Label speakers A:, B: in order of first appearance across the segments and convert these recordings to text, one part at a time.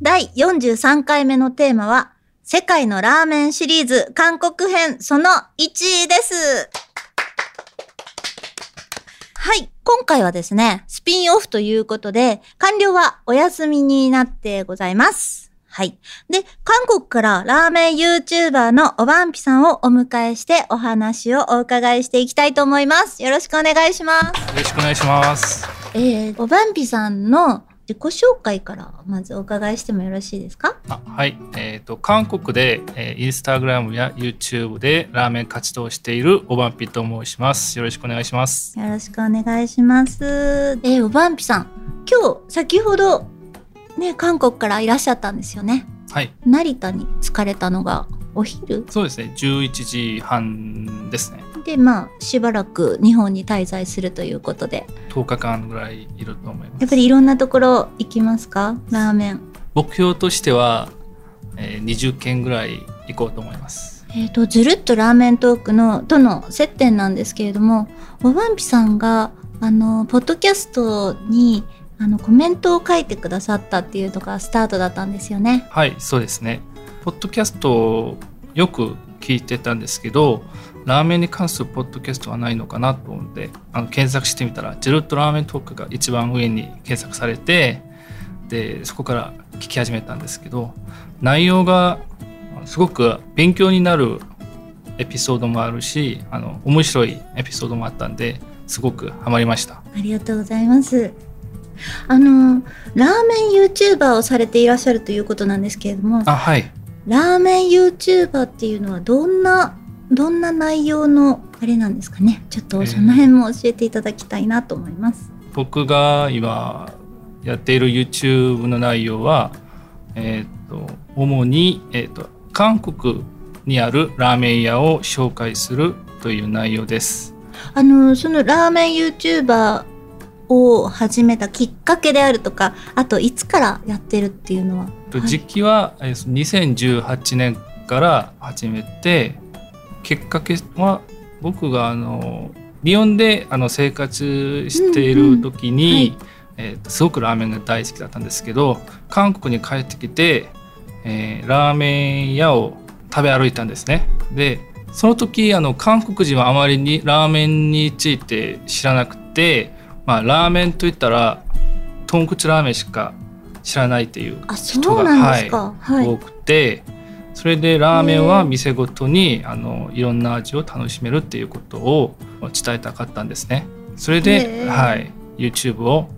A: 第43回目のテーマは、世界のラーメンシリーズ韓国編その1です。はい。今回はですね、スピンオフということで、完了はお休みになってございます。はい。で、韓国からラーメン YouTuber のおばんぴさんをお迎えしてお話をお伺いしていきたいと思います。よろしくお願いします。
B: よろしくお願いします。
A: えー、おばんぴさんの自己紹介からまずお伺いしてもよろしいですか
B: あはい、えっ、と韓国で、えーインスタグラムや YouTube でラーメン活動をしているおばんぴと申します。よろしくお願いします。
A: よろしくお願いします。えー、おばんぴさん、今日先ほどね、韓国からいらっしゃったんですよね。
B: はい、
A: 成田に疲れたのがお昼
B: そうですね。11時半ですね。
A: で、まあ、しばらく日本に滞在するということで。
B: 10日間ぐらいいると思います。
A: やっぱりいろんなところ行きますかラーメン。
B: 目標としては、えー20件ぐらい行こうと思います。
A: えっ、と、ずるっとラーメントークの、との接点なんですけれども、おばんぴさんが、あの、ポッドキャストに、あの、コメントを書いてくださったっていうのがスタートだったんですよね。
B: はい、そうですね。ポッドキャストをよく聞いてたんですけど、ラーメンに関するポッドキャストはないのかなと思って、あの検索してみたら、ジェルットラーメントークが一番上に検索されて、で、そこから聞き始めたんですけど、内容がすごく勉強になるエピソードもあるし、あの面白いエピソードもあったんで、すごくハマりました。
A: ありがとうございます。あの、ラーメン YouTuber をされていらっしゃるということなんですけれども、
B: あ、はい。
A: ラーメン YouTuber っていうのはどんな、どんな内容のあれなんですかね。ちょっとその辺も教えていただきたいなと思います。
B: 僕が今やっている YouTube の内容は、えー、と主に、えー、と韓国にあるラーメン屋を紹介するという内容です。
A: あの、そのラーメン YouTuber を始めたきっかけであるとか、あといつからやってるっていうのは。
B: と
A: はい
B: 時期はえー2018年から始めてきっかけは僕があのリヨンであの生活している時に、えーとすごくラーメンが大好きだったんですけど韓国に帰ってきて、えーラーメン屋を食べ歩いたんですね。でその時あの韓国人はあまりにラーメンについて知らなくて、まあ、ラーメンといったら豚骨ラーメンしか知らないっていう
A: あ、そうなんですか。はい。
B: 多くて、それでラーメンは店ごとにあのいろんな味を楽しめるっていうことを伝えたかったんですねそれ
A: へ
B: で、
A: ー
B: はい、YouTube を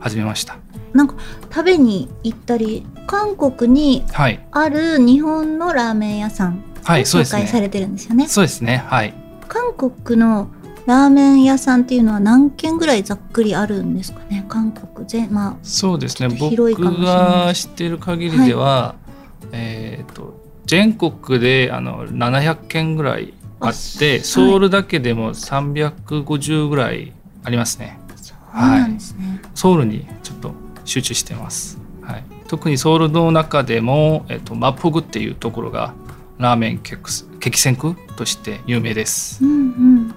B: 始めました
A: 食べに行ったり、韓国に
B: はい
A: ある日本のラーメン屋さんを
B: はいそうで
A: 紹
B: す
A: 介さ
B: ね
A: れてるんですよね。
B: そうですねはい
A: 韓国のラーメン屋さんっていうのは何軒ぐらいざっくりあるんですかね韓国全ま
B: そうですね
A: ちょっと広いかもしれ
B: 僕
A: ない
B: が知っている限りでは、えっ、と全国であの700件ぐらいあ
A: あ
B: っ
A: そうは
B: て
A: い
B: ソウルだけでも350ぐらいありますね
A: あそうなんですね、
B: ソウルにちょっと集中してます、はい、特にソウルの中でも、えっと、マッポグっていうところがラーメン激激戦区として有名です
A: うんうん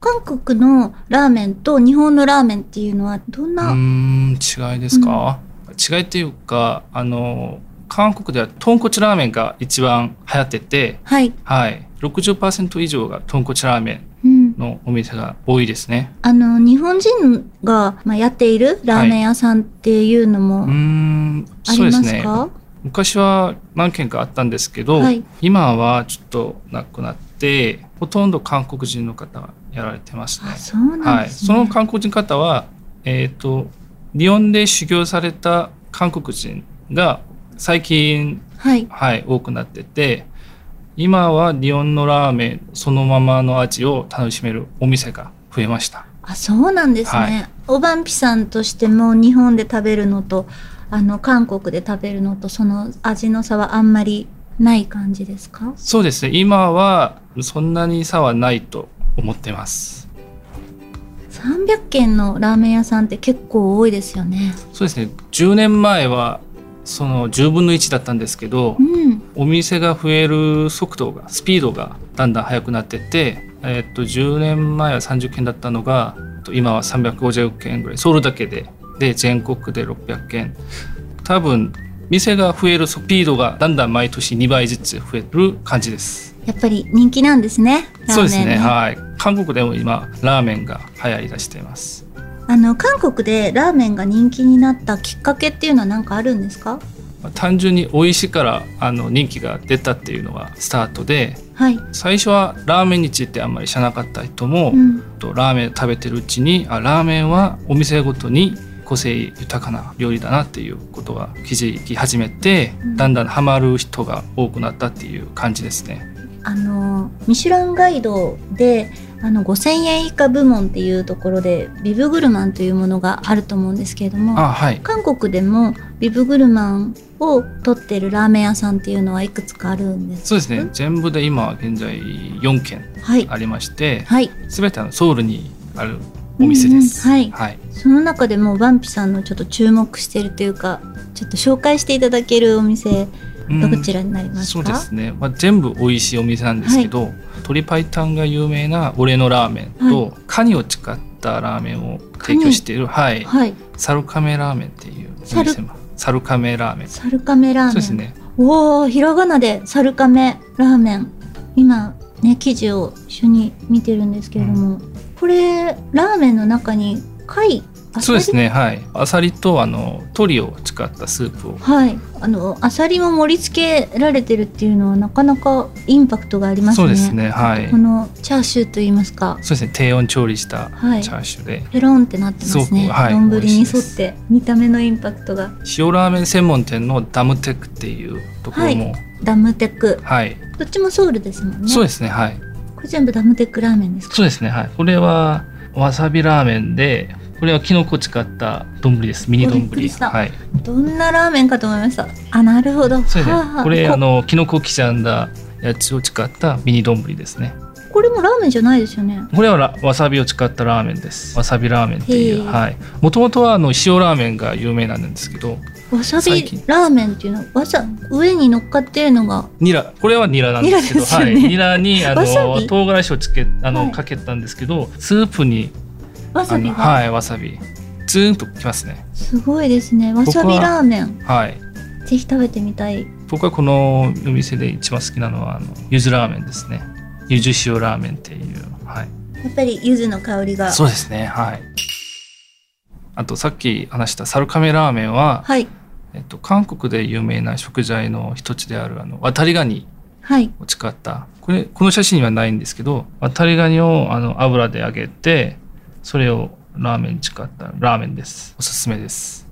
A: 韓国のラーメンと日本のラーメンっていうのはどん
B: う
A: な、
B: ーん違いですか、違いっていうかあの韓国では豚骨ラーメンが一番流行ってて、
A: はい、
B: はい、60%以上が豚骨ラーメ
A: うん
B: ン、のお店が多いですね
A: あの日本人が、まあ、やっているラーメン屋さんっていうの
B: う
A: も
B: ーん
A: あり
B: そうで
A: ますす
B: ね
A: か、
B: 昔は何軒かあったんですけど、
A: はい
B: 今はちょっとなくなってほとんど韓国人の方がやられてますね
A: あ。そうなん
B: は
A: で
B: い、
A: すね、
B: その韓国人方は、えー、と日本で修行された韓国人が最近、
A: はい
B: はい、多くなってて今は日本のラーメンそのままの味を楽しめるお店が増えました。
A: あそうなんですね、
B: はい
A: おばんぴさんとしても日本で食べるのとあの韓国で食べるのとその味の差はあんまりない感じですか
B: そうですね今はそんなに差はないと思ってます
A: 300軒のラーメン屋さんって結構多いですよね
B: そうですね10年前はその10分の1だったんですけど
A: うん
B: お店が増える速度がスピードがだんだん速くなってって、えっと10年前は30件だったのがと今は350件ぐらいソウルだけでで全国で600件多分店が増えるスピードがだんだん毎年2倍ずつ増える感じです。
A: やっぱり人気なんですねラーメンね
B: そうですね。はい。韓国でも今ラーメンが流行りだしています。
A: あの韓国でラーメンが人気になったきっかけっていうのは何かあるんですか
B: まあ単純に美味しいからあの人気が出たっていうのがスタートで、
A: はい、
B: 最初はラーメンについてあんまり知らなかった人も、
A: うん、
B: とラーメン食べてるうちにあラーメンはお店ごとに個性豊かな料理だなっていうことが気づき始めて、
A: うん
B: だんだんハマる人が多くなったっていう感じですね。
A: あのミシュランガイドであの5000円以下部門っていうところでビブグルマンというものがあると思うんですけれども
B: あはい。
A: 韓国でもビブグルマンを取ってるラーメン屋さんっていうのはいくつかあるんです
B: そうです
A: う
B: ね
A: ん。
B: 全部で今現在4軒
A: はい
B: ありまして、
A: はい
B: すべてあのソウルにあるお店です。
A: うんうんはい
B: はい。
A: その中でもバンピさんのちょっと注目してるというかちょっと紹介していただけるお店
B: うん
A: どちらになりますか、
B: そうですね、まあ、全部美味しいお店なんですけど、鶏白湯が有名な俺のラーメンと、カニを使ったラーメンを提供している、はい、
A: はい
B: サルカメラーメンっていうお店もサルカメラーメンそ
A: サルカメラーメン
B: うですね
A: おおひらがなでサルカメラーメン今ね記事を一緒に見てるんですけれども、これラーメンの中に貝あさり
B: そうですねはいあさりとあの鶏を使ったスープを
A: はいあのアサリも盛り付けられてるっていうのはなかなかインパクトがありますね
B: そうですねはい
A: このチャーシューといいますか
B: そうですね低温調理した
A: はい
B: チャーシューで、
A: ペロンってなってますね
B: そうはい
A: 丼に沿
B: 美味
A: っ
B: しい
A: て見た目のインパクトが
B: 塩ラーメン専門店のダムテクっていうところも
A: ダムテク
B: はい、
A: どっちもソウルですもんね
B: そうですねはい
A: これ全部ダムテクラーメンですか
B: そうですねはいこれはわさびラーメンでこれはキノコ使った丼ですミニ
A: おび
B: 丼
A: っくりした
B: はい
A: どんなラーメンかと思いましたあなるほど
B: そうですね
A: はあはあ
B: これあのキノコ刻んだやつを使ったミニ丼ですね
A: これもラーメンじゃないですよね
B: これはラわさびを使ったラーメンですわさびラーメンってい
A: へー
B: うはいもともとはあの塩ラーメンが有名なんですけど
A: わさび
B: 最近
A: ラーメンっていうのはわさ上に乗っかってるのが
B: ニラこれはニラなんですけ
A: ニラ
B: ど
A: ですよね
B: はい、ニラにあ
A: わさ
B: の
A: び
B: 唐辛子をつけあの、
A: はい
B: かけたんですけどスープに
A: わさ
B: あ
A: び
B: の
A: が、
B: はいわさびツーンときますね
A: すごいですねわさび
B: 僕は
A: ラーメン
B: はい
A: ぜひ食べてみたい
B: 僕はこのお店で一番好きなのはあのゆずラーメンですねゆず塩ラーメンっていうはい
A: やっぱり柚子の香りが
B: そうですねはいあとさっき話したサルカメラーメンは
A: はい
B: えっと、韓国で有名な食材の一つであるあの渡りガニ
A: はい
B: を使ったこれこの写真にはないんですけど渡りガニをあの油で揚げてそれをラーメンに使ったラーメンですおすすめです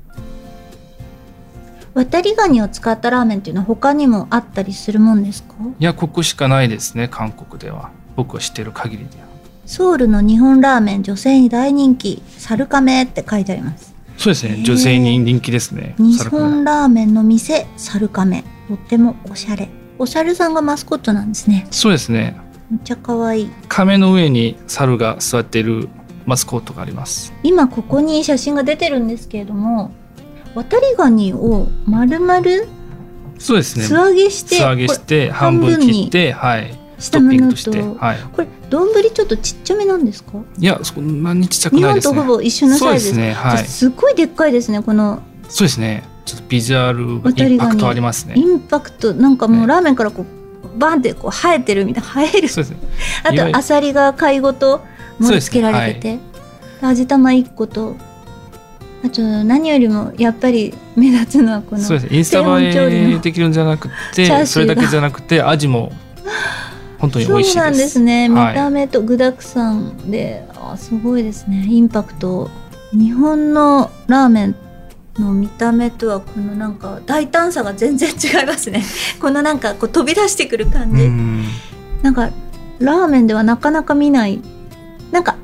A: 渡りガニを使ったラーメンっていうのは他にもあったりするもんですか
B: いやここしかないですね韓国では僕は知ってる限りでは
A: ソウルの日本ラーメン女性に大人気サルカメって書いてあります
B: そうですね
A: へー
B: 女性に人気ですね
A: 日
B: サルカナ
A: 本ラーメンの店サルカメとってもおしゃれおしゃれさんがマスコットなんですね
B: そうですね
A: めっちゃ可愛い
B: 亀の上に猿が座っているマスコットがあります
A: 今ここに写真が出てるんですけれども渡りガニを丸々
B: そうですね
A: 素揚げして,
B: 素
A: こ
B: 揚
A: れ、
B: げして
A: 半
B: 半
A: 分
B: 分
A: に
B: 切ってはい
A: 下
B: トッ
A: の
B: ピング
A: の
B: として
A: と
B: はい
A: これ丼ちょっとちっちゃめなんですか
B: いや、そんなにちっちゃく
A: 日
B: ない
A: 本
B: です
A: と
B: ね。
A: ほぼ一緒の
B: そ
A: サ
B: うで
A: イズで
B: す
A: す
B: ね。はい。
A: すごいでっかいですねこの
B: そうですね。ちょっとビジュアルが
A: 渡
B: イ
A: り
B: ン
A: ガニ
B: パクトありますね
A: イ。ンパクトなんかもう
B: ね
A: ラーメンからこうバンってこう生えてるみたいな生える
B: そうですね。
A: あ
B: いわゆ
A: と
B: る
A: アサリが貝ごと盛り付けられてて、味玉1個とあと何よりもやっぱり目立つのはこの
B: そうですね。インスタ
A: 低温調理
B: 映
A: の
B: えできるんじゃなく
A: チャーシューが
B: て、それだけじゃなくて味も本当に美味しいです。
A: そうなんですね、
B: は
A: 見
B: い
A: た目と具沢山であすごいですねインパクト日本のラーメンの見た目とはこのなんか大胆さが全然違いますね このなんかこう飛び出してくる感
B: う
A: じ、
B: ん。
A: なんかラーメンではなかなか見ないなんか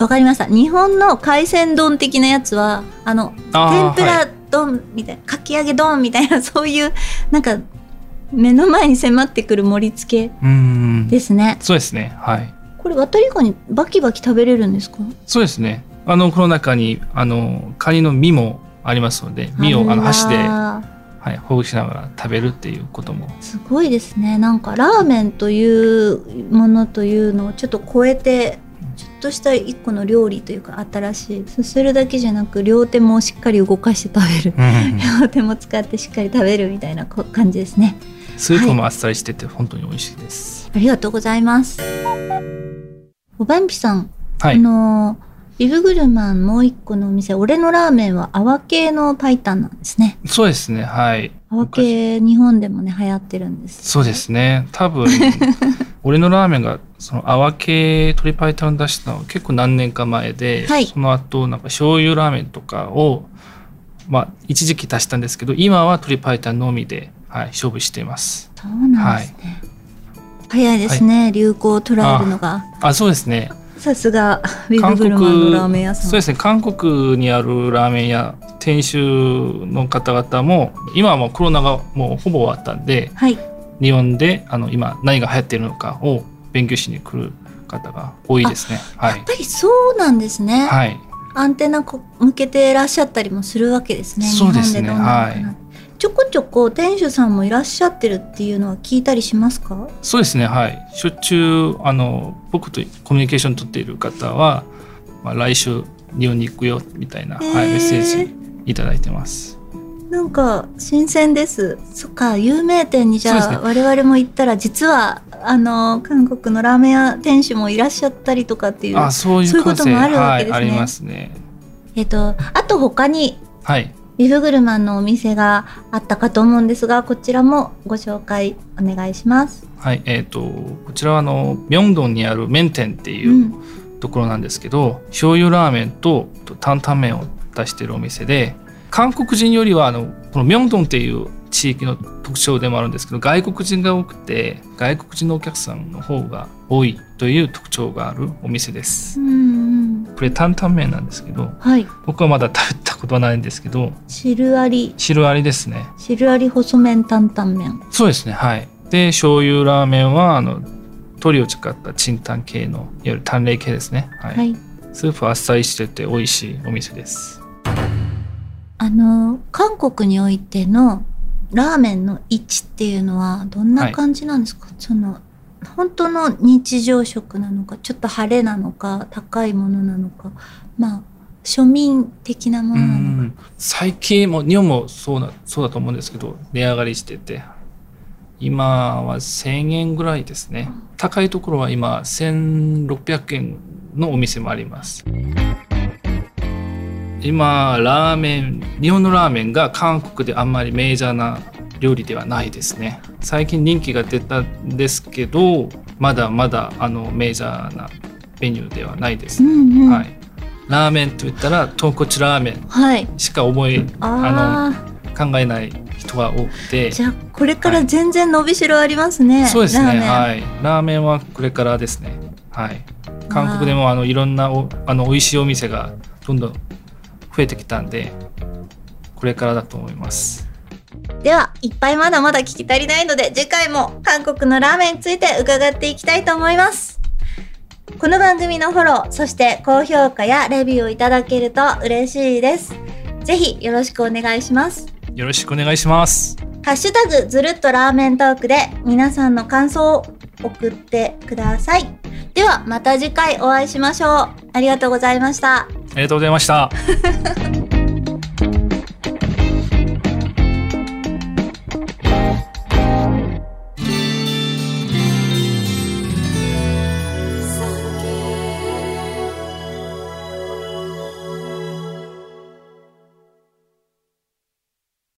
A: わかりました日本の海鮮丼的なやつはあの
B: あ
A: 天
B: ー
A: ぷ
B: はい
A: ら丼みたいな、かき揚げ丼みたいな そういうなんか目の前に迫ってくる盛り付け
B: うーん
A: ですね
B: そうですねはい
A: これ渡りカニバキバキ食べれるんですか
B: そうですねあのこの中にあのカニの身もありますので身をあの
A: ら
B: 箸で、はい、ほぐしながら食べるっていうことも
A: すごいですねなんかラーメンというものというのをちょっと超えてちょっとした一個の料理というか新しいすするだけじゃなく両手もしっかり動かして食べる両手も使ってしっかり食べるみたいなこ感じですね
B: スープもあっさりしてて本当に美味しいです。
A: ありがとうございますおばんぴさん
B: はい
A: あのービブグルマンもう一個のお店、俺のラーメンは泡系の白湯なんですね。
B: そうですね、はい。
A: 泡系、日本でもね、流行ってるんです。
B: そうですね、多 分俺のラーメンがその泡系鶏白湯を出したのは結構何年か前で、
A: はい
B: その後なんか醤油ラーメンとかをまあ一時期足したんですけど、今は鶏白湯のみで、はい、勝負しています。
A: そうなんですね。早いですね、流行を捉えるのが。
B: あ、そうですね。
A: さすが、ビブ
B: 韓
A: グ
B: 国
A: ルマンのラーメン屋
B: そう
A: さん。
B: ですね韓国にあるラーメン屋店主の方々も今はもうコロナがもうほぼ終わったんで
A: はい。
B: 日本であの今何が流行っているのかを勉強しに来る方が多いですねは
A: や
B: い
A: っ、ぱりそうなんですね。
B: はい、
A: アンテナこ向けてらっしゃったりもするわけですね。
B: そうですね
A: 日本でどうなのかなちょこちょこ店主さんもいらっしゃってるっていうのは聞いたりしますか
B: そうですねはいしょっちゅうあの僕とコミュニケーション取っている方は、まあ、来週日本に行くよみたいな、は
A: へ
B: い、
A: ー
B: メッセージいただいてます
A: なんか新鮮です。そっか、有名店にじゃ
B: そう
A: あ、我々も行ったら、実はあの韓国のラーメン屋店主もいらっしゃったりとかっていう。
B: あそうい
A: そういううこ
B: 感
A: と
B: 性
A: もあるわ
B: は
A: けです
B: い
A: ね
B: ありますね
A: えっと、あと他に
B: はい
A: ビブグルマンのお店があったかと思うんですが、こちらもご紹介お願いします。、
B: はい、えー、とこちらはあのミョンドンにある麺店っていううんところなんですけど、醤油ラーメンとと担々麺を出してるお店で韓国人よりはあのこのミョンドンっていう地域の特徴でもあるんですけど外国人が多くて外国人のお客さんの方が多いという特徴があるお店で
A: う
B: す。
A: ん、うん、
B: これ担々麺なんですけど
A: はい、
B: 僕はまだ食べたことはないんですけど
A: 汁あり、
B: 汁ありですね。
A: 汁あり細麺担々麺。
B: そうですねはいで醤油ラーメンはあの鶏を使ったチンタン系のいわゆる淡麗系ですねはい、
A: はい、
B: スープあっさりしてて美味しいお店です
A: あの韓国においてのラーメンの位置っていうのはどんな感じなんですか、その本当の日常食なのかちょっと晴れなのか高いものなのかまあ庶民的なものなのか
B: 最近も日本もそうなそうだと思うんですけど値上がりしてて今は1000円ぐらいですね高いところは今1600円のお店もあります今ラーメン日本のラーメンが韓国であんまりメジャーな料理ではないですね最近人気が出たんですけどまだまだあのメジャーなメニューではないです
A: う
B: ね、
A: んうんは、
B: はいいラーメンと言ったら豚骨ラーメンしか思いあ
A: あ
B: の考えない人が多くて
A: あじゃあこれから全然伸びしろありますね、
B: そうですね
A: ラーメン、
B: はいラーメンはこれからですねはい韓国でもあのいろんなおあの美味しいお店がどんどん増えてきたんでこれからだと思います
A: ではいっぱいまだまだ聞き足りないので次回も韓国のラーメンについて伺っていきたいと思いますこの番組のフォローそして高評価やレビューをいただけると嬉しいですぜひよろしくお願いします
B: よろしくお願いします
A: ハッシュタグずるっとラーメントークで皆さんの感想を送ってくださいではまた次回お会いしましょうありがとうございました
B: ありがとうございました